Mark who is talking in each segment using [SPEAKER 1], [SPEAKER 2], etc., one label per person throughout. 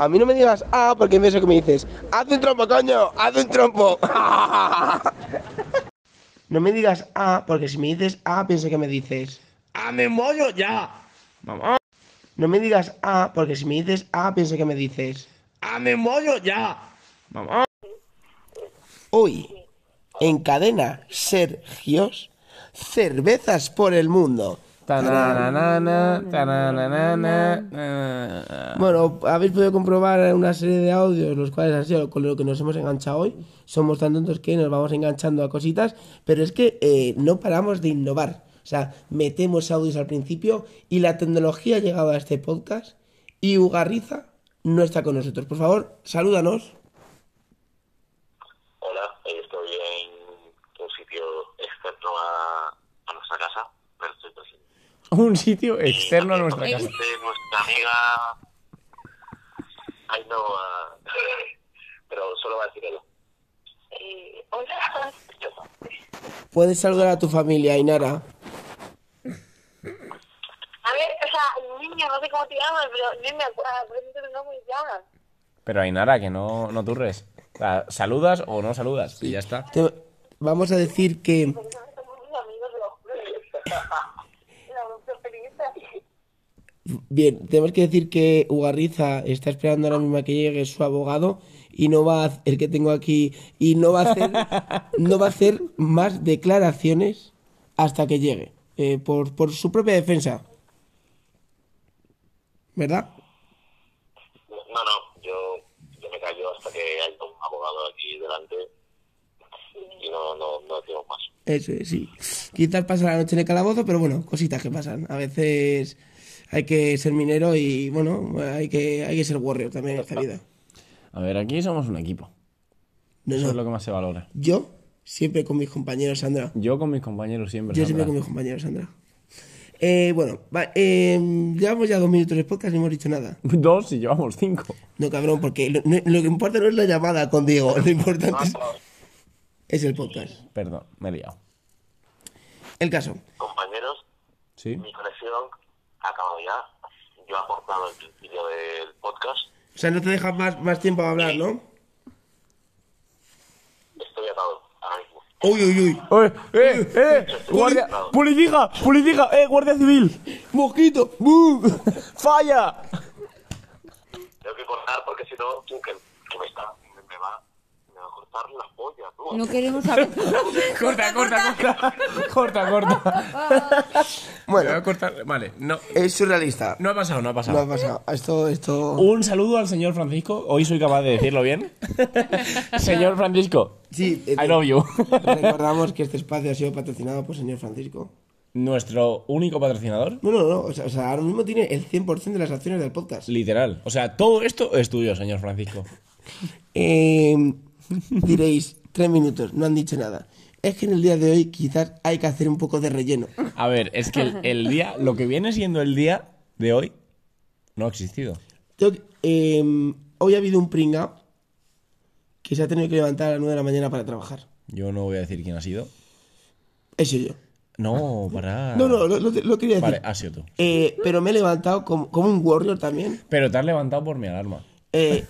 [SPEAKER 1] A mí no me digas, ah, porque es eso que me dices, haz un trompo, coño, haz un trompo. no me digas, ah, porque si me dices, ah, pienso que me dices.
[SPEAKER 2] ¡A mi ¡Ah, mollo ya!
[SPEAKER 1] Mamá. No me digas, ah, porque si me dices, ah, pienso que me dices.
[SPEAKER 2] ¡A mi ¡Ah, mollo ya!
[SPEAKER 1] Mamá. Hoy, en cadena Sergios, cervezas por el mundo.
[SPEAKER 3] Tananana, tananana,
[SPEAKER 1] Bueno, habéis podido comprobar una serie de audios, los cuales han sido con lo que nos hemos enganchado hoy. Somos tan tontos que nos vamos enganchando a cositas, pero es que eh, no paramos de innovar. O sea, metemos audios al principio y la tecnología ha llegado a este podcast y Ugarriza no está con nosotros. Por favor, salúdanos.
[SPEAKER 4] Hola, estoy en un sitio externo a, a nuestra casa, pero estoy presente.
[SPEAKER 3] Un sitio externo a
[SPEAKER 4] Y
[SPEAKER 3] nuestra casa.
[SPEAKER 4] también presente Nuestra amiga Ainhoa, pero solo va a decir hola.
[SPEAKER 5] Eh, hola.
[SPEAKER 1] Puedes saludar a tu familia, Inara.
[SPEAKER 5] A ver, o sea, niña, no sé cómo te llamas, pero yo me acuerdo, por eso te lo nombro y ya.
[SPEAKER 3] Pero Ainara, que no, no turres. O sea, saludas o no saludas. Y ya está.
[SPEAKER 1] Te- Vamos a decir que
[SPEAKER 5] Por eso somos muy amigos, te lo juro. La bruja feliz.
[SPEAKER 1] Bien, tenemos que decir que Ugarriza está esperando ahora mismo a que llegue su abogado y no va a, hacer- el que tengo aquí y no va a hacer no va a hacer más declaraciones hasta que llegue eh, por, por su propia defensa. ¿Verdad?
[SPEAKER 4] No, no, yo, yo me callo hasta que haya un abogado aquí delante y no, no, no decimos más.
[SPEAKER 1] Eso es, sí. Quizás pasa la noche en el calabozo, pero bueno, cositas que pasan. A veces hay que ser minero y bueno, hay que hay que ser warrior también en esta vida.
[SPEAKER 3] A ver, aquí somos un equipo.
[SPEAKER 1] No,
[SPEAKER 3] Eso es
[SPEAKER 1] no.
[SPEAKER 3] lo que más se valora.
[SPEAKER 1] Yo siempre con mis compañeros, Sandra.
[SPEAKER 3] Yo con mis compañeros siempre.
[SPEAKER 1] Yo siempre
[SPEAKER 3] Sandra.
[SPEAKER 1] con mis compañeros, Sandra. Eh, bueno, va- eh, llevamos ya dos minutos de podcast y no hemos dicho nada.
[SPEAKER 3] Dos y llevamos cinco.
[SPEAKER 1] No, cabrón, porque lo, no- lo que importa no es la llamada con Diego, lo importante es, es el podcast.
[SPEAKER 3] Perdón, me he liado.
[SPEAKER 1] El caso.
[SPEAKER 4] Compañeros,
[SPEAKER 3] ¿Sí?
[SPEAKER 4] mi conexión ha acabado ya. Yo he aportado el principio del podcast.
[SPEAKER 1] O sea, no te dejas más, más tiempo a hablar, ¿no?
[SPEAKER 4] Estoy atado ahora mismo.
[SPEAKER 1] Uy, uy, uy.
[SPEAKER 3] ¡Eh! ¡Eh! ¡Eh!
[SPEAKER 1] guardia-
[SPEAKER 3] ¡Policía! ¡Policía! ¡Eh! ¡Guardia Civil! ¡Uh!
[SPEAKER 1] ¡Mosquito!
[SPEAKER 3] ¡Falla!
[SPEAKER 4] Tengo que cortar porque si no, tú, que, que me, está, me, me va, me va a cortar la polla, tú.
[SPEAKER 6] No queremos saber.
[SPEAKER 3] Corta, corta, corta. Corta, corta.
[SPEAKER 1] Bueno,
[SPEAKER 3] a cortar. Vale, no.
[SPEAKER 1] es surrealista.
[SPEAKER 3] No ha pasado, no ha
[SPEAKER 1] No
[SPEAKER 3] pasado.
[SPEAKER 1] ha pasado. Esto, esto.
[SPEAKER 3] Un saludo al señor Francisco. Hoy soy capaz de decirlo bien. señor Francisco,
[SPEAKER 1] Sí, eh,
[SPEAKER 3] I love you.
[SPEAKER 1] recordamos que este espacio ha sido patrocinado por señor Francisco.
[SPEAKER 3] nuestro único patrocinador.
[SPEAKER 1] No, no, no. O sea, o sea, ahora mismo tiene el 100% de las acciones del podcast.
[SPEAKER 3] Literal. O sea, todo esto es tuyo, señor Francisco.
[SPEAKER 1] Eh, diréis, tres minutos, no han dicho nada. Es que en el día de hoy quizás hay que hacer un poco de relleno.
[SPEAKER 3] A ver, es que el, el día, lo que viene siendo el día de hoy, no ha existido.
[SPEAKER 1] Tengo que- eh, hoy ha habido un pringao que se ha tenido que levantar a las 9 de la mañana para trabajar.
[SPEAKER 3] Yo no voy a decir quién ha sido.
[SPEAKER 1] Eso yo.
[SPEAKER 3] No, para.
[SPEAKER 1] No, no, lo, lo- lo quería decir.
[SPEAKER 3] Ah. Vale, ah. ha sido tú.
[SPEAKER 1] Eh, pero me he levantado como, como un warrior también.
[SPEAKER 3] Pero te has levantado por mi alarma.
[SPEAKER 1] Eh,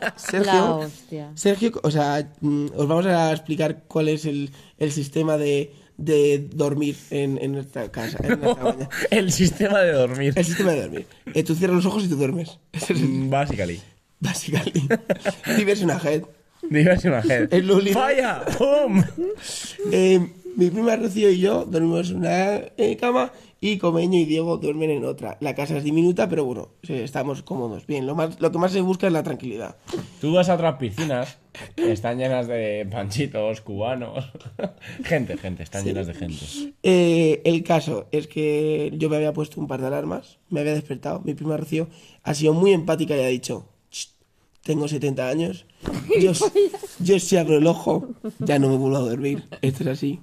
[SPEAKER 6] La
[SPEAKER 1] Sergio,
[SPEAKER 6] hostia.
[SPEAKER 1] Sergio, o sea, mm, os vamos a explicar cuál es el, el sistema de, de dormir en, en nuestra casa. En nuestra cabaña.
[SPEAKER 3] el sistema de dormir.
[SPEAKER 1] El sistema de dormir. Eh, tú cierras los ojos y tú duermes. Ese es el-
[SPEAKER 3] Mm, Basically.
[SPEAKER 1] Básicamente. Vives una head.
[SPEAKER 3] Dime si una head.
[SPEAKER 1] El Luli-
[SPEAKER 3] ¡Falla! ¡Pum!
[SPEAKER 1] Eh, mi prima Rocío y yo dormimos en una eh, cama y Comeño y Diego duermen en otra. La casa es diminuta, pero bueno, sí, estamos cómodos. Bien, lo, más, lo que más se busca es la tranquilidad.
[SPEAKER 3] Tú vas a otras piscinas que están llenas de panchitos, cubanos. Gente, gente, están llenas de gente.
[SPEAKER 1] Eh, el caso es que yo me había puesto un par de alarmas, me había despertado. Mi prima Rocío ha sido muy empática y ha dicho: "Ch, Tengo 70 años, yo, s- yo si abro el ojo, ya no me vuelvo a dormir. Esto es así.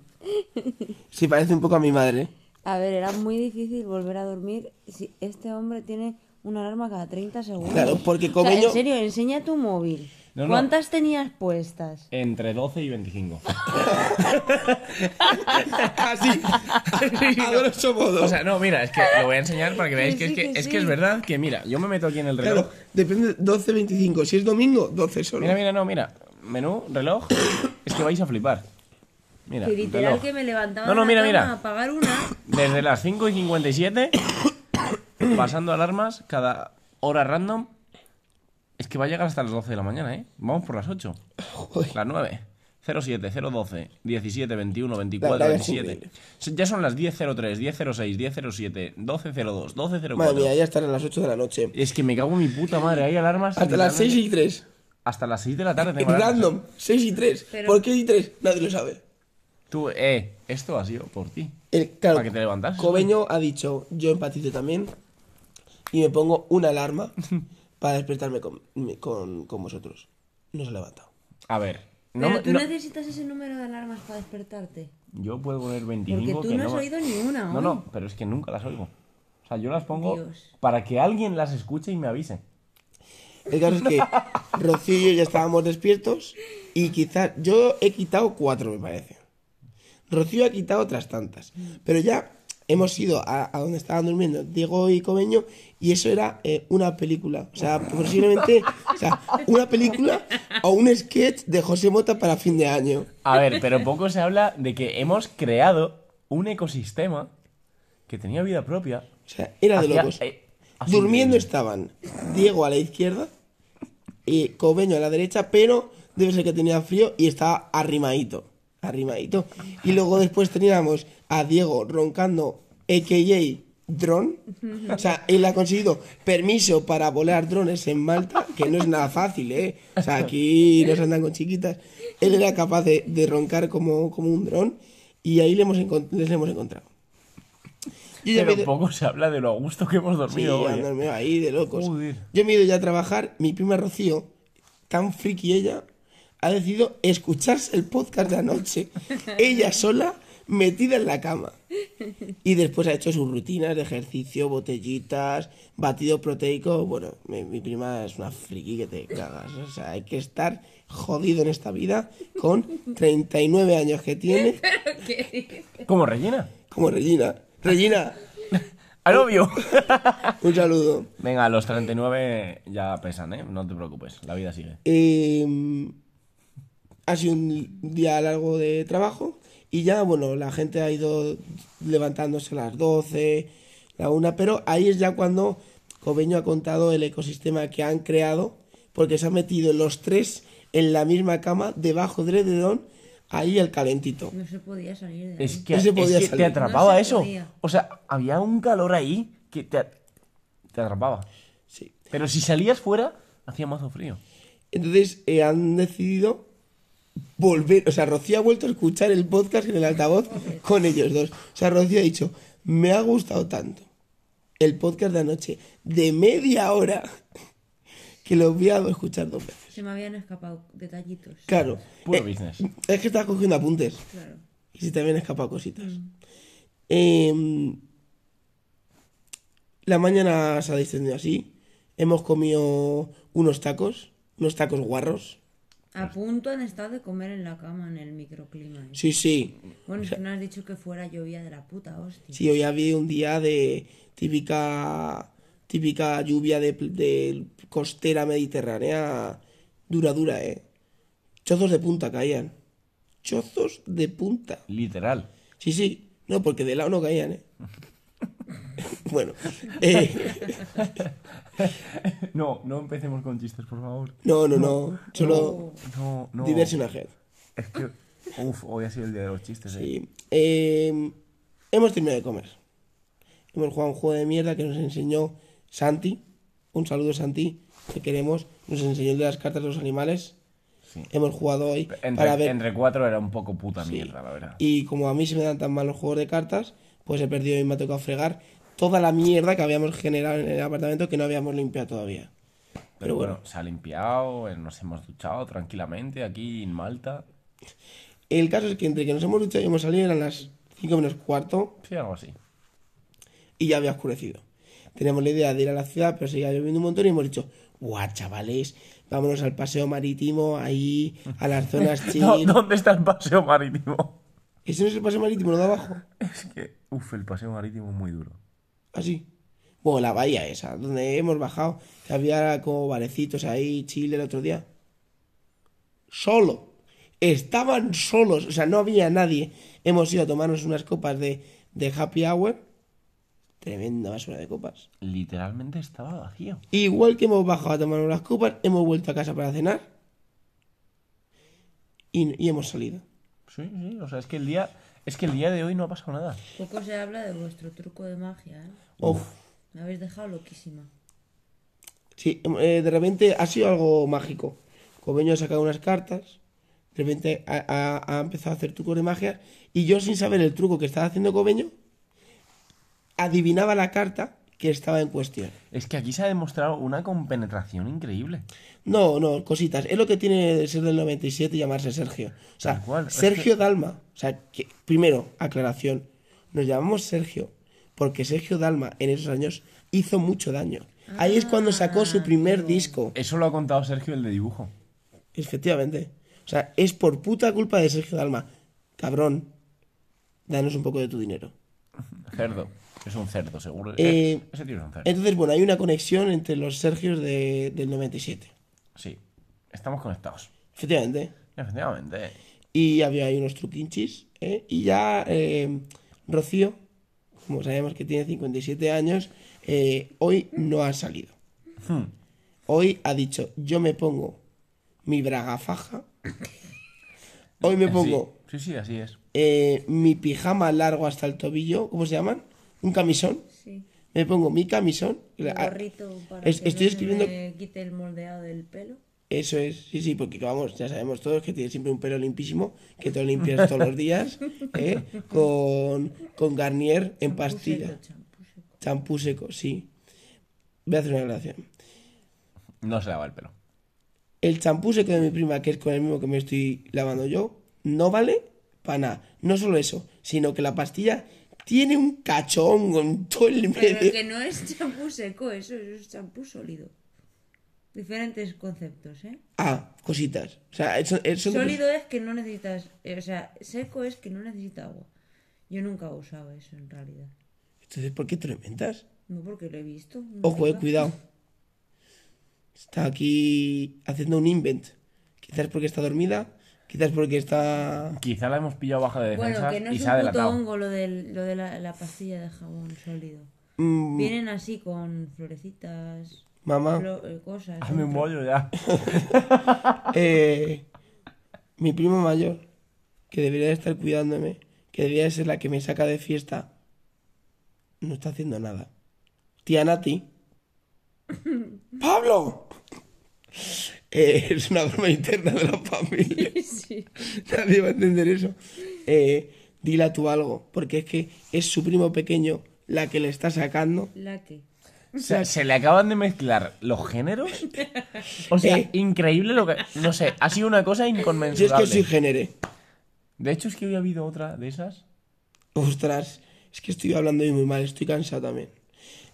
[SPEAKER 1] Se parece un poco a mi madre.
[SPEAKER 6] A ver, era muy difícil volver a dormir si este hombre tiene una alarma cada 30 segundos.
[SPEAKER 1] Claro, porque
[SPEAKER 6] O sea,
[SPEAKER 1] Comeño-
[SPEAKER 6] en serio, enseña tu móvil.
[SPEAKER 3] No, no.
[SPEAKER 6] ¿Cuántas tenías puestas?
[SPEAKER 3] Entre 12 y 25.
[SPEAKER 1] Así, a grosso modo.
[SPEAKER 3] O sea, no, mira, es que lo voy a enseñar para que veáis que,
[SPEAKER 6] sí,
[SPEAKER 3] es, que,
[SPEAKER 6] que
[SPEAKER 3] es
[SPEAKER 6] sí.
[SPEAKER 3] que es verdad que, mira, yo me meto aquí en el reloj.
[SPEAKER 1] claro, depende, 12.25. Si es domingo, 12 solo.
[SPEAKER 3] Mira, mira, no, mira. Menú, reloj. Es que vais a flipar. Mira,
[SPEAKER 6] Que literal
[SPEAKER 3] reloj.
[SPEAKER 6] que me levantaba
[SPEAKER 3] No, no,
[SPEAKER 6] de
[SPEAKER 3] mira,
[SPEAKER 6] la
[SPEAKER 3] mira.
[SPEAKER 6] cama a pagar una.
[SPEAKER 3] Desde las 5 y 57, pasando alarmas cada hora random. Es que va a llegar hasta las 12 de la mañana, ¿eh? Vamos por las 8.
[SPEAKER 1] Joder.
[SPEAKER 3] Las 9. 07, 012, 17, 21, 24,
[SPEAKER 1] La verdad es
[SPEAKER 3] 27. Ya son las 10.03, 10.06, 10.07, 12.02, 12.04.
[SPEAKER 1] Madre mía, ya estarán las 8 de la noche.
[SPEAKER 3] Es que me cago en mi puta madre, hay alarmas.
[SPEAKER 1] Hasta las 6 y 3.
[SPEAKER 3] Hasta las 6 de la tarde tengo alarmas.
[SPEAKER 1] Random, 6 y 3.
[SPEAKER 6] Pero-
[SPEAKER 1] ¿Por qué y 3? Nadie lo sabe.
[SPEAKER 3] Tú, eh, esto ha sido por ti.
[SPEAKER 1] El- claro,
[SPEAKER 3] Para que te levantas.
[SPEAKER 1] Cobeño ha dicho, yo empatizo también y me pongo una alarma para despertarme con, mi- con, con vosotros. No se ha levantado.
[SPEAKER 3] A ver. no
[SPEAKER 6] Pero
[SPEAKER 3] me-
[SPEAKER 6] tú
[SPEAKER 3] no-
[SPEAKER 6] necesitas ese número de alarmas para despertarte.
[SPEAKER 3] Yo puedo poner 25.
[SPEAKER 6] Porque tú
[SPEAKER 3] que
[SPEAKER 6] no has
[SPEAKER 3] me-
[SPEAKER 6] oído ni una
[SPEAKER 3] No,
[SPEAKER 6] hoy.
[SPEAKER 3] no, pero es que nunca las oigo. O sea, yo las pongo
[SPEAKER 6] Dios.
[SPEAKER 3] para que alguien las escuche y me avise.
[SPEAKER 1] El caso es que Rocío y yo ya estábamos despiertos y quizás yo he quitado cuatro, me parece. Rocío ha quitado otras tantas. Pero ya hemos ido a, a donde estaban durmiendo Diego y Cobeño y eso era eh, una película. O sea, posiblemente o sea, una película o un sketch de José Mota para fin de año.
[SPEAKER 3] A ver, pero poco se habla de que hemos creado un ecosistema que tenía vida propia.
[SPEAKER 1] O sea, era de
[SPEAKER 3] Hacía-
[SPEAKER 1] locos.
[SPEAKER 3] eh, así
[SPEAKER 1] Durmiendo
[SPEAKER 3] increíble.
[SPEAKER 1] estaban Diego a la izquierda y Cobeño a la derecha, pero debe ser que tenía frío y estaba arrimadito. Arrimadito. Y luego después teníamos a Diego roncando, a.k.a. dron. O sea, él ha conseguido permiso para volar drones en Malta, que no es nada fácil, ¿eh? O sea, aquí nos andan con chiquitas. Él era capaz de, de roncar como, como un dron y ahí le hemos encon- les hemos encontrado. Yo ya me he
[SPEAKER 3] Pero
[SPEAKER 1] ido-
[SPEAKER 3] poco se habla de lo a gusto que hemos
[SPEAKER 1] Sí,
[SPEAKER 3] dormido hoy,
[SPEAKER 1] han
[SPEAKER 3] eh.
[SPEAKER 1] dormido ahí de locos.
[SPEAKER 3] Joder.
[SPEAKER 1] Yo me he ido ya a trabajar, mi prima Rocío, tan friki ella, ha decidido escucharse el podcast de anoche, ella sola, metida en la cama. Y después ha hecho sus rutinas de ejercicio, botellitas, batido proteico. Bueno, mi, mi prima es una friki que te cagas. O sea, hay que estar jodido en esta vida con 39 años que tiene,
[SPEAKER 3] Como rellena.
[SPEAKER 1] como Regina. Regina,
[SPEAKER 3] Al obvio.
[SPEAKER 1] un saludo.
[SPEAKER 3] Venga, los 39 ya pesan, ¿eh? No te preocupes, la vida sigue.
[SPEAKER 1] Eh, ha sido un día largo de trabajo y ya, bueno, la gente ha ido levantándose a las 12, la una, pero ahí es ya cuando Cobeño ha contado el ecosistema que han creado, porque se han metido los tres en la misma cama, debajo del edredón, ahí el calentito.
[SPEAKER 6] No se podía salir de ahí.
[SPEAKER 3] Es que,
[SPEAKER 1] No se
[SPEAKER 3] es
[SPEAKER 1] podía
[SPEAKER 3] que
[SPEAKER 1] salir.
[SPEAKER 3] te atrapaba
[SPEAKER 6] No se
[SPEAKER 3] eso.
[SPEAKER 6] podía.
[SPEAKER 3] O sea, había un calor ahí que te, a- te atrapaba.
[SPEAKER 1] Sí.
[SPEAKER 3] Pero si salías fuera, hacía mazo frío.
[SPEAKER 1] Entonces eh, han decidido volver. O sea, Rocío ha vuelto a escuchar el podcast en el altavoz con ellos dos. O sea, Rocío ha dicho: Me ha gustado tanto el podcast de anoche de media hora que lo voy a escuchar dos veces.
[SPEAKER 6] Se me habían escapado detallitos.
[SPEAKER 1] Claro.
[SPEAKER 3] Puro
[SPEAKER 1] Eh,
[SPEAKER 3] business.
[SPEAKER 1] es que estaba cogiendo apuntes.
[SPEAKER 6] Claro.
[SPEAKER 1] Y se te habían escapado cositas. Em, la mañana se ha distendido así. Hemos comido unos tacos, unos tacos guarros.
[SPEAKER 6] A punto han estado de comer en la cama en el microclima. ¿eh?
[SPEAKER 1] Sí, sí.
[SPEAKER 6] Bueno, es que no has dicho que fuera llovía de la puta hostia.
[SPEAKER 1] Sí, hoy había un día de típica, típica lluvia de, pl- de costera mediterránea dura, dura, ¿eh? Chozos de punta caían. Chozos de punta.
[SPEAKER 3] Literal.
[SPEAKER 1] Sí, sí. No, porque de lado no caían, ¿eh? bueno. eh,
[SPEAKER 3] No, no empecemos con chistes, por favor.
[SPEAKER 1] no, no, no. Solo
[SPEAKER 3] No, no.
[SPEAKER 1] diversionaje.
[SPEAKER 3] Es que, uf, hoy ha sido el día de los chistes, eh.
[SPEAKER 1] Sí. Eh, hemos terminado de comer. Hemos jugado un juego de mierda que nos enseñó Santi. Un saludo, Santi. Te queremos. Nos enseñó el de las cartas de los animales.
[SPEAKER 3] Sí.
[SPEAKER 1] Hemos jugado hoy para
[SPEAKER 3] Entre,
[SPEAKER 1] ver.
[SPEAKER 3] entre cuatro era un poco puta
[SPEAKER 1] Sí.
[SPEAKER 3] mierda, la verdad.
[SPEAKER 1] Y como a mí se me dan tan mal los juegos de cartas, pues he perdido y me ha tocado fregar toda la mierda que habíamos generado en el apartamento que no habíamos limpiado todavía.
[SPEAKER 3] Pero bueno, se ha limpiado, eh, nos hemos duchado tranquilamente aquí en Malta.
[SPEAKER 1] El caso es que entre que nos hemos duchado y hemos salido eran las 5 menos cuarto.
[SPEAKER 3] Sí, algo así.
[SPEAKER 1] y ya había oscurecido. Teníamos la idea de ir a la ciudad, pero seguía lloviendo un montón y hemos dicho, guau, chavales, vámonos al paseo marítimo, ahí, a las zonas chill.
[SPEAKER 3] No, ¿Dónde está el paseo marítimo?
[SPEAKER 1] Ese no es el paseo marítimo, lo de abajo.
[SPEAKER 3] Es que, uff, el paseo marítimo es muy duro.
[SPEAKER 1] Así. Bueno, la bahía esa, donde hemos bajado, que había como barecitos ahí, Chile el otro día. Solo. Estaban solos, o sea, no había nadie. Hemos ido a tomarnos unas copas de, de happy hour. Tremenda basura de copas.
[SPEAKER 3] Literalmente estaba vacío.
[SPEAKER 1] Igual que hemos bajado a tomar unas copas, hemos vuelto a casa para cenar. Y, y hemos salido.
[SPEAKER 3] Sí, sí, o sea, es que el día, es que el día de hoy no ha pasado nada.
[SPEAKER 6] Poco se habla de vuestro truco de magia, ¿eh?
[SPEAKER 1] Uf.
[SPEAKER 6] Me habéis dejado loquísima.
[SPEAKER 1] Sí, eh, de repente ha sido algo mágico. Cobeño ha sacado unas cartas, de repente ha, ha- ha empezado a hacer trucos de magia y yo sin saber el truco que estaba haciendo Cobeño, adivinaba la carta que estaba en cuestión.
[SPEAKER 3] Es que aquí se ha demostrado una compenetración increíble.
[SPEAKER 1] No, no, cositas. Es lo que tiene de ser del 97 y llamarse Sergio. O sea,
[SPEAKER 3] Tal cual, es
[SPEAKER 1] Sergio Dalma. O sea, que, primero, aclaración. Nos llamamos Sergio porque Sergio Dalma en esos años hizo mucho daño. Ahí es cuando sacó su primer disco.
[SPEAKER 3] Eso lo ha contado Sergio el de dibujo.
[SPEAKER 1] Efectivamente. O sea, es por puta culpa de Sergio Dalma. Cabrón, danos un poco de tu dinero.
[SPEAKER 3] Cerdo. Es un cerdo, seguro.
[SPEAKER 1] Eh,
[SPEAKER 3] Ese tío es un cerdo.
[SPEAKER 1] Entonces, bueno, hay una conexión entre los Sergios de- del 97.
[SPEAKER 3] Sí. Estamos conectados.
[SPEAKER 1] Efectivamente.
[SPEAKER 3] Efectivamente.
[SPEAKER 1] Y había ahí unos truquinchis, ¿eh? Y ya eh, Rocío, como sabemos que tiene 57 años, eh, hoy no ha salido. Hoy ha dicho, yo me pongo mi braga faja. Hoy me
[SPEAKER 3] Sí.
[SPEAKER 1] pongo
[SPEAKER 3] Sí, ¿Ah, sí, así es.
[SPEAKER 1] eh, mi pijama largo hasta el tobillo, ¿cómo se llaman? Un camisón.
[SPEAKER 6] Sí.
[SPEAKER 1] Me pongo mi camisón.
[SPEAKER 6] Un
[SPEAKER 1] Ah,
[SPEAKER 6] gorrito para
[SPEAKER 1] es-
[SPEAKER 6] que
[SPEAKER 1] estoy
[SPEAKER 6] no
[SPEAKER 1] escribiendo.
[SPEAKER 6] se me quite el moldeado del pelo.
[SPEAKER 1] Eso es, sí, sí, porque vamos, ya sabemos todos que tienes siempre un pelo limpísimo, que te lo limpias todos los días, ¿eh? con, con Garnier en pastilla.
[SPEAKER 6] Champú seco, champú seco.
[SPEAKER 1] Champú seco, sí. Voy a hacer una relación.
[SPEAKER 3] No se lava el pelo.
[SPEAKER 1] El champú seco de mi prima, que es con el mismo que me estoy lavando yo, no vale para nada. No solo eso, sino que la pastilla tiene un cachón en todo el medio.
[SPEAKER 6] Pero que no es champú seco, eso, eso es champú sólido. Diferentes conceptos, ¿eh?
[SPEAKER 1] Ah, cositas. O sea, eso, eso
[SPEAKER 6] Sólido es que no necesitas, eh, o sea, seco es que no necesita agua. Yo nunca he usado eso en realidad.
[SPEAKER 1] Entonces, ¿por qué te lo inventas?
[SPEAKER 6] No porque lo he visto. no
[SPEAKER 1] Ojo, eh,
[SPEAKER 6] nunca.
[SPEAKER 1] cuidado. Está aquí haciendo un invent. Quizás porque está dormida, quizás porque está...
[SPEAKER 3] Quizá la hemos pillado baja de defensa
[SPEAKER 6] Bueno, que no
[SPEAKER 3] y
[SPEAKER 6] es
[SPEAKER 3] se ha
[SPEAKER 6] un puto
[SPEAKER 3] delatado.
[SPEAKER 6] hongo lo de, lo de la, la pastilla de jabón sólido.
[SPEAKER 1] Mm,
[SPEAKER 6] Vienen así con florecitas,
[SPEAKER 1] mamá,
[SPEAKER 6] flo- eh, cosas.
[SPEAKER 1] Ah,
[SPEAKER 3] Hazme un
[SPEAKER 6] dentro.
[SPEAKER 3] bollo ya.
[SPEAKER 1] eh, mi prima mayor, que debería de estar cuidándome, que debería de ser la que me saca de fiesta, no está haciendo nada. Tía Nati. ¡Pablo! Eh, es una broma interna de la familia.
[SPEAKER 6] Sí.
[SPEAKER 1] Nadie va a entender eso. Eh, dila tú algo, porque es que es su primo pequeño la que le está sacando.
[SPEAKER 6] La que.
[SPEAKER 3] Se, se le acaban de mezclar los géneros. O sea,
[SPEAKER 1] Eh.
[SPEAKER 3] increíble lo que. No sé, ha sido una cosa
[SPEAKER 1] Yo es
[SPEAKER 3] inconmensurable.
[SPEAKER 1] que soy género.
[SPEAKER 3] De hecho, es que hoy ha habido otra de esas.
[SPEAKER 1] Ostras, es que estoy hablando hoy muy mal, estoy cansado también.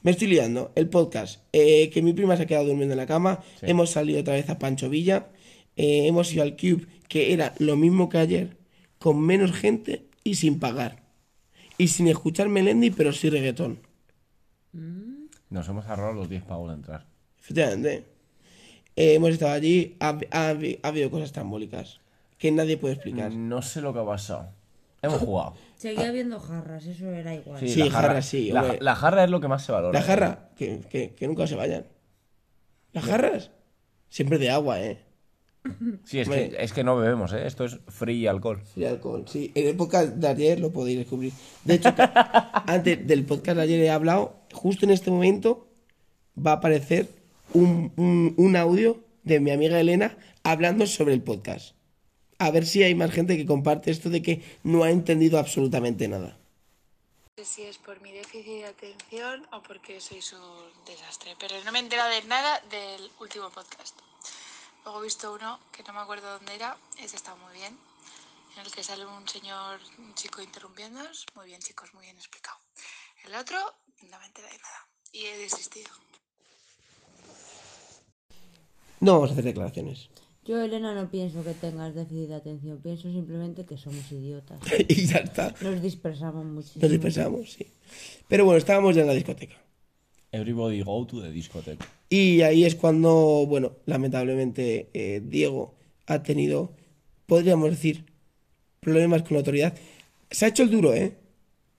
[SPEAKER 1] Me estoy liando. El podcast. eh, que mi prima se ha quedado durmiendo en la cama. Hemos salido otra vez a Pancho Villa. eh, hemos ido al Cube, que era lo mismo que ayer, con menos gente y sin pagar. Y sin escuchar Melendi, pero sí reggaetón.
[SPEAKER 3] Nos hemos ahorrado los 10 pavos de entrar.
[SPEAKER 1] Efectivamente. Eh, hemos estado allí, ha, ha- ha habido cosas trambólicas que nadie puede explicar.
[SPEAKER 3] No sé lo que ha pasado. Hemos jugado.
[SPEAKER 6] Seguía habiendo jarras, eso era igual.
[SPEAKER 1] Ah. Sí, jarra, sí,
[SPEAKER 3] La,
[SPEAKER 1] hombre.
[SPEAKER 3] la jarra es lo que más se valora.
[SPEAKER 1] La jarra, que, que- que nunca se vayan. Las jarras, siempre de agua, ¿eh?
[SPEAKER 3] Sí, es que,
[SPEAKER 1] Hombre.
[SPEAKER 3] es que no bebemos, ¿eh? Esto es free alcohol.
[SPEAKER 1] Y alcohol, sí. En el podcast de ayer lo podéis descubrir. De hecho, que- antes del podcast de ayer he hablado, justo en este momento va a aparecer un, un- un audio de mi amiga Elena hablando sobre el podcast. A ver si hay más gente que comparte esto de que no ha entendido absolutamente nada.
[SPEAKER 7] sé si es por mi déficit de atención o porque soy un desastre, pero no me he enterado de nada del último podcast. Luego he visto uno que no me acuerdo dónde era, ese está muy bien, en el que sale un señor, un chico interrumpiéndonos. Muy bien, chicos, muy bien explicado. El otro, no me he enterado de nada y he desistido.
[SPEAKER 1] No vamos a hacer declaraciones.
[SPEAKER 6] Yo, Elena, no pienso que tengas déficit de atención. Pienso simplemente que somos idiotas.
[SPEAKER 1] y ya está.
[SPEAKER 6] Nos dispersamos muchísimo.
[SPEAKER 1] Nos dispersamos, sí. Pero bueno, estábamos ya en la discoteca.
[SPEAKER 3] Everybody go to the discotheque.
[SPEAKER 1] Y ahí es cuando, bueno, lamentablemente eh, Diego ha tenido, podríamos decir, problemas con la autoridad. Se ha hecho el duro, ¿eh?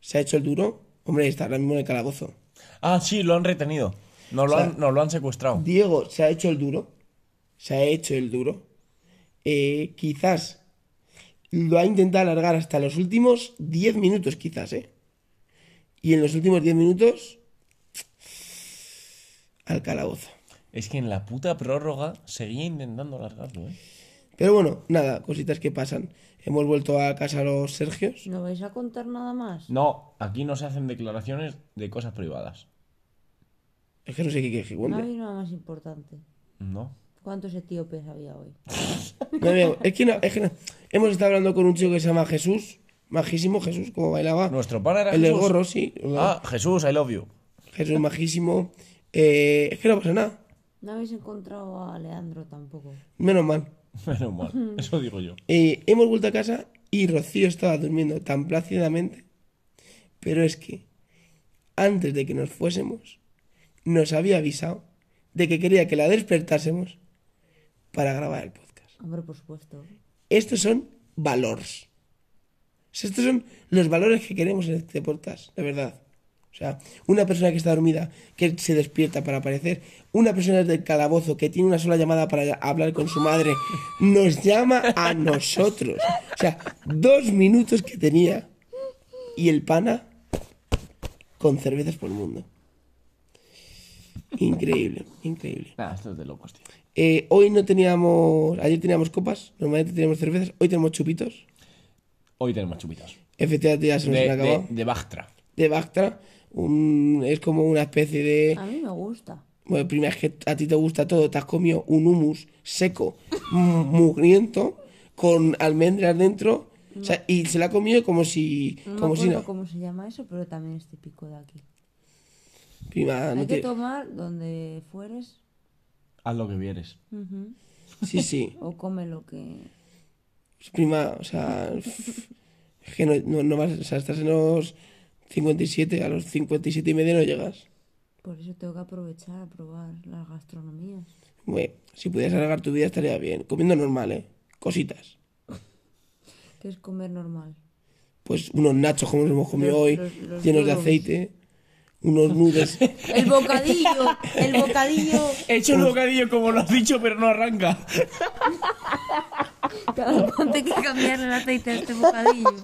[SPEAKER 1] Se ha hecho el duro. Hombre, está ahora mismo en el calabozo.
[SPEAKER 3] Ah, sí, lo han retenido. Nos lo,
[SPEAKER 1] O sea,
[SPEAKER 3] han, nos lo han secuestrado.
[SPEAKER 1] Diego se ha hecho el duro. Se ha hecho el duro. Eh, quizás lo ha intentado alargar hasta los últimos 10 minutos, quizás, ¿eh? Y en los últimos 10 minutos, al calabozo.
[SPEAKER 3] Es que en la puta prórroga seguía intentando alargarlo, ¿eh?
[SPEAKER 1] Pero bueno, nada, cositas que pasan. Hemos vuelto a casa los Sergios.
[SPEAKER 6] ¿No vais a contar nada más?
[SPEAKER 3] No, aquí no se hacen declaraciones de cosas privadas.
[SPEAKER 1] Es que no sé qué qué
[SPEAKER 6] No
[SPEAKER 1] hombre.
[SPEAKER 6] había nada más importante.
[SPEAKER 3] No.
[SPEAKER 6] ¿Cuántos etíopes había hoy?
[SPEAKER 1] No había- es que no, es que no. Hemos estado hablando con un chico que se llama Jesús. Majísimo Jesús, como bailaba.
[SPEAKER 3] Nuestro pana era
[SPEAKER 1] El del
[SPEAKER 3] Jesús.
[SPEAKER 1] gorro, sí.
[SPEAKER 3] Ah, Jesús, I love you.
[SPEAKER 1] Jesús majísimo. Eh, es que no pasa nada.
[SPEAKER 6] No habéis encontrado a Leandro tampoco.
[SPEAKER 1] Menos mal.
[SPEAKER 3] Menos mal, eso digo yo.
[SPEAKER 1] Eh, hemos vuelto a casa y Rocío estaba durmiendo tan plácidamente. Pero es que, antes de que nos fuésemos, nos había avisado de que quería que la despertásemos para grabar el podcast.
[SPEAKER 6] Hombre, por supuesto.
[SPEAKER 1] Estos son valores. O sea, estos son los valores que queremos en este podcast, de verdad. O sea, una persona que está dormida, que se despierta para aparecer, una persona del calabozo que tiene una sola llamada para hablar con su madre, nos llama a nosotros. O sea, dos minutos que tenía y el pana con cervezas por el mundo. Increíble, increíble.
[SPEAKER 3] Nah, esto es de locos, tío.
[SPEAKER 1] Eh, hoy no teníamos. Ayer teníamos copas, normalmente teníamos cervezas, hoy tenemos chupitos.
[SPEAKER 3] Hoy tenemos chupitos.
[SPEAKER 1] Efectivamente ya se
[SPEAKER 3] De,
[SPEAKER 1] nos han
[SPEAKER 3] de,
[SPEAKER 1] acabado.
[SPEAKER 3] de Bactra.
[SPEAKER 1] De Bactra, un, es como una especie de.
[SPEAKER 6] A mí me gusta.
[SPEAKER 1] Bueno, primero es que a ti te gusta todo, te has comido un humus seco, mu- mugriento, con almendras dentro, o sea, y se la ha comido como si.
[SPEAKER 6] No
[SPEAKER 1] como
[SPEAKER 6] me
[SPEAKER 1] si
[SPEAKER 6] acuerdo
[SPEAKER 1] no.
[SPEAKER 6] cómo se llama eso, pero también es típico de aquí.
[SPEAKER 1] Prima, Ah, no
[SPEAKER 6] Hay que
[SPEAKER 1] tiene-
[SPEAKER 6] tomar donde fueres
[SPEAKER 3] Haz lo que vieres.
[SPEAKER 6] ujú,
[SPEAKER 1] Sí, sí.
[SPEAKER 6] o come lo que...
[SPEAKER 1] Prima, o sea. Es que no, no, no vas. O sea, estás en los 57, a los 57 y medio no llegas.
[SPEAKER 6] Por eso tengo que aprovechar a probar las gastronomías.
[SPEAKER 1] Bueno, si pudieras alargar tu vida estaría bien. Comiendo normal, ¿eh? Cositas.
[SPEAKER 6] que es comer normal?
[SPEAKER 1] Pues unos nachos como los hemos comido
[SPEAKER 6] Los-
[SPEAKER 1] hoy,
[SPEAKER 6] los- los Eh,
[SPEAKER 1] llenos de
[SPEAKER 6] noodles.
[SPEAKER 1] aceite. Unos nudes.
[SPEAKER 6] El bocadillo, el bocadillo.
[SPEAKER 3] He hecho un bocadillo como lo has dicho, pero no arranca.
[SPEAKER 6] Cada cuánto hay que cambiarle el aceite a este bocadillo.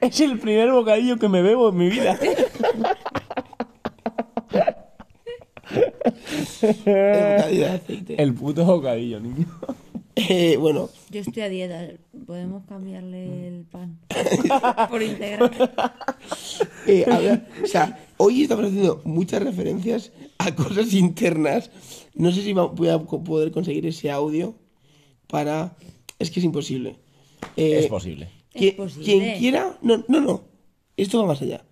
[SPEAKER 3] Es el primer bocadillo que me bebo en mi vida.
[SPEAKER 1] bocadillo de aceite.
[SPEAKER 3] El puto bocadillo, niño.
[SPEAKER 1] Eh, bueno,
[SPEAKER 6] Yo estoy a dieta, podemos
[SPEAKER 1] Mm.
[SPEAKER 6] cambiarle el pan por integral.
[SPEAKER 1] eh, habla- o sea, hoy estamos haciendo muchas referencias a cosas internas. No sé si va- voy a co- poder conseguir ese audio para... Es que es imposible. Eh,
[SPEAKER 3] Es posible.
[SPEAKER 1] Que-
[SPEAKER 6] Es posible.
[SPEAKER 1] Quien quiera... No, no, no. Esto va más allá.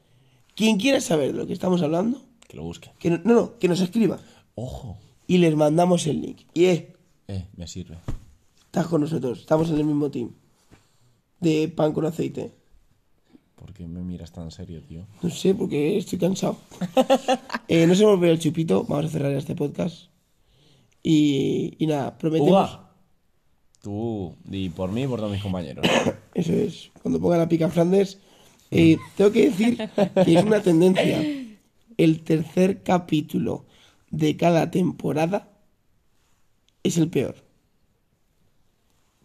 [SPEAKER 1] Quien quiera saber de lo que estamos hablando,
[SPEAKER 3] Que lo busque.
[SPEAKER 1] que no, no, no, que nos escriba.
[SPEAKER 3] Ojo.
[SPEAKER 1] y les mandamos el link. Y eh,
[SPEAKER 3] Eh, me sirve.
[SPEAKER 1] estás con nosotros, estamos en el mismo team. De pan con aceite.
[SPEAKER 3] ¿Por qué me miras tan serio, tío?
[SPEAKER 1] No sé, porque estoy cansado. eh, nos hemos bebido el chupito, vamos a cerrar este podcast. Y, y nada, prometemos.
[SPEAKER 3] Uga. Tú, y por mí y por todos mis compañeros.
[SPEAKER 1] Eso es, cuando pongan la pica Flandes. eh, tengo que decir que es una tendencia. El tercer capítulo de cada temporada es el peor.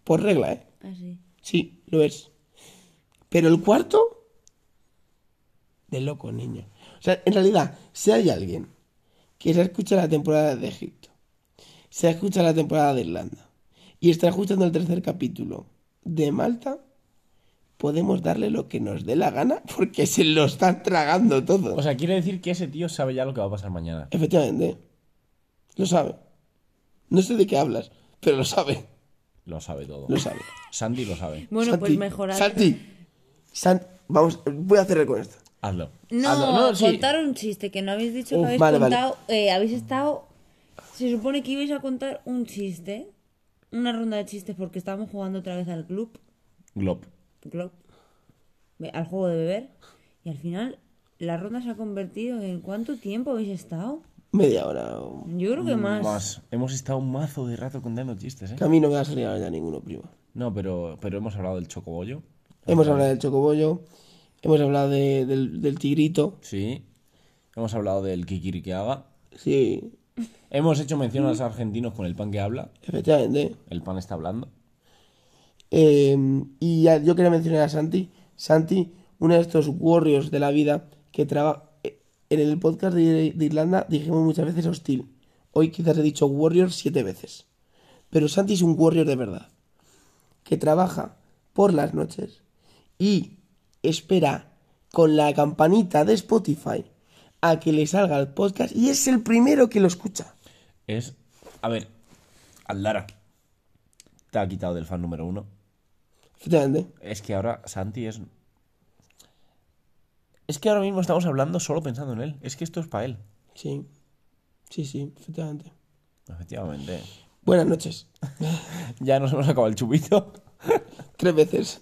[SPEAKER 1] Por regla, ¿eh?
[SPEAKER 6] Así.
[SPEAKER 1] Sí, lo es. Pero el cuarto, de loco, niño. O sea, en realidad, si hay alguien que se escucha la temporada de Egipto, se escucha la temporada de Irlanda y está escuchando el tercer capítulo de Malta, podemos darle lo que nos dé la gana porque se lo están tragando todo.
[SPEAKER 3] O sea, quiere decir que ese tío sabe ya lo que va a pasar mañana.
[SPEAKER 1] Efectivamente, lo sabe. No sé de qué hablas, pero lo sabe.
[SPEAKER 3] Lo sabe todo.
[SPEAKER 1] Lo sabe.
[SPEAKER 3] Sandy lo sabe.
[SPEAKER 6] Bueno, pues
[SPEAKER 1] Santi,
[SPEAKER 6] mejorar.
[SPEAKER 1] Santi, San- vamos, voy a cerrar con esto.
[SPEAKER 3] Hazlo.
[SPEAKER 6] No,
[SPEAKER 1] Hazlo, no, sí.
[SPEAKER 6] contar un chiste que no habéis dicho
[SPEAKER 1] Uf,
[SPEAKER 6] que habéis
[SPEAKER 1] vale, vale.
[SPEAKER 6] contado. eh, habéis estado. Se supone que ibais a contar un chiste, una ronda de chistes porque estábamos jugando otra vez al club,
[SPEAKER 3] Glob.
[SPEAKER 6] club, be- al juego de beber, y al final la ronda se ha convertido en ¿cuánto tiempo habéis estado?
[SPEAKER 1] Media hora. o-
[SPEAKER 6] Yo creo que más.
[SPEAKER 3] Hemos estado un mazo de rato contando chistes, ¿eh?
[SPEAKER 1] Que a mí no me va a salir ahora ya ninguno, primo.
[SPEAKER 3] No, pero, pero hemos hablado del chocobollo.
[SPEAKER 1] Hemos hablado del chocobollo, hemos hablado de- del, del tigrito,
[SPEAKER 3] Sí. Hemos hablado del kikiri que haga.
[SPEAKER 1] sí,
[SPEAKER 3] Hemos hecho mención a los argentinos con el pan que habla.
[SPEAKER 1] efectivamente.
[SPEAKER 3] El pan está hablando.
[SPEAKER 1] Eh, y ya- yo quería mencionar a Santi. Santi, uno de estos warriors de la vida que trabaja. En el podcast de, de Irlanda dijimos muchas veces hostil. Hoy quizás he dicho warrior siete veces. Pero Santi es un warrior de verdad. Que trabaja por las noches y espera con la campanita de Spotify a que le salga el podcast y es el primero que lo escucha.
[SPEAKER 3] Es. A ver. Aldara. Te ha quitado del fan número uno.
[SPEAKER 1] Efectivamente.
[SPEAKER 3] Es que ahora Santi es. Es que ahora mismo estamos hablando solo pensando en él. Es que esto es para él.
[SPEAKER 1] Sí. Sí, sí, efectivamente.
[SPEAKER 3] Efectivamente.
[SPEAKER 1] Buenas noches.
[SPEAKER 3] Ya nos hemos acabado el chupito.
[SPEAKER 1] Tres veces.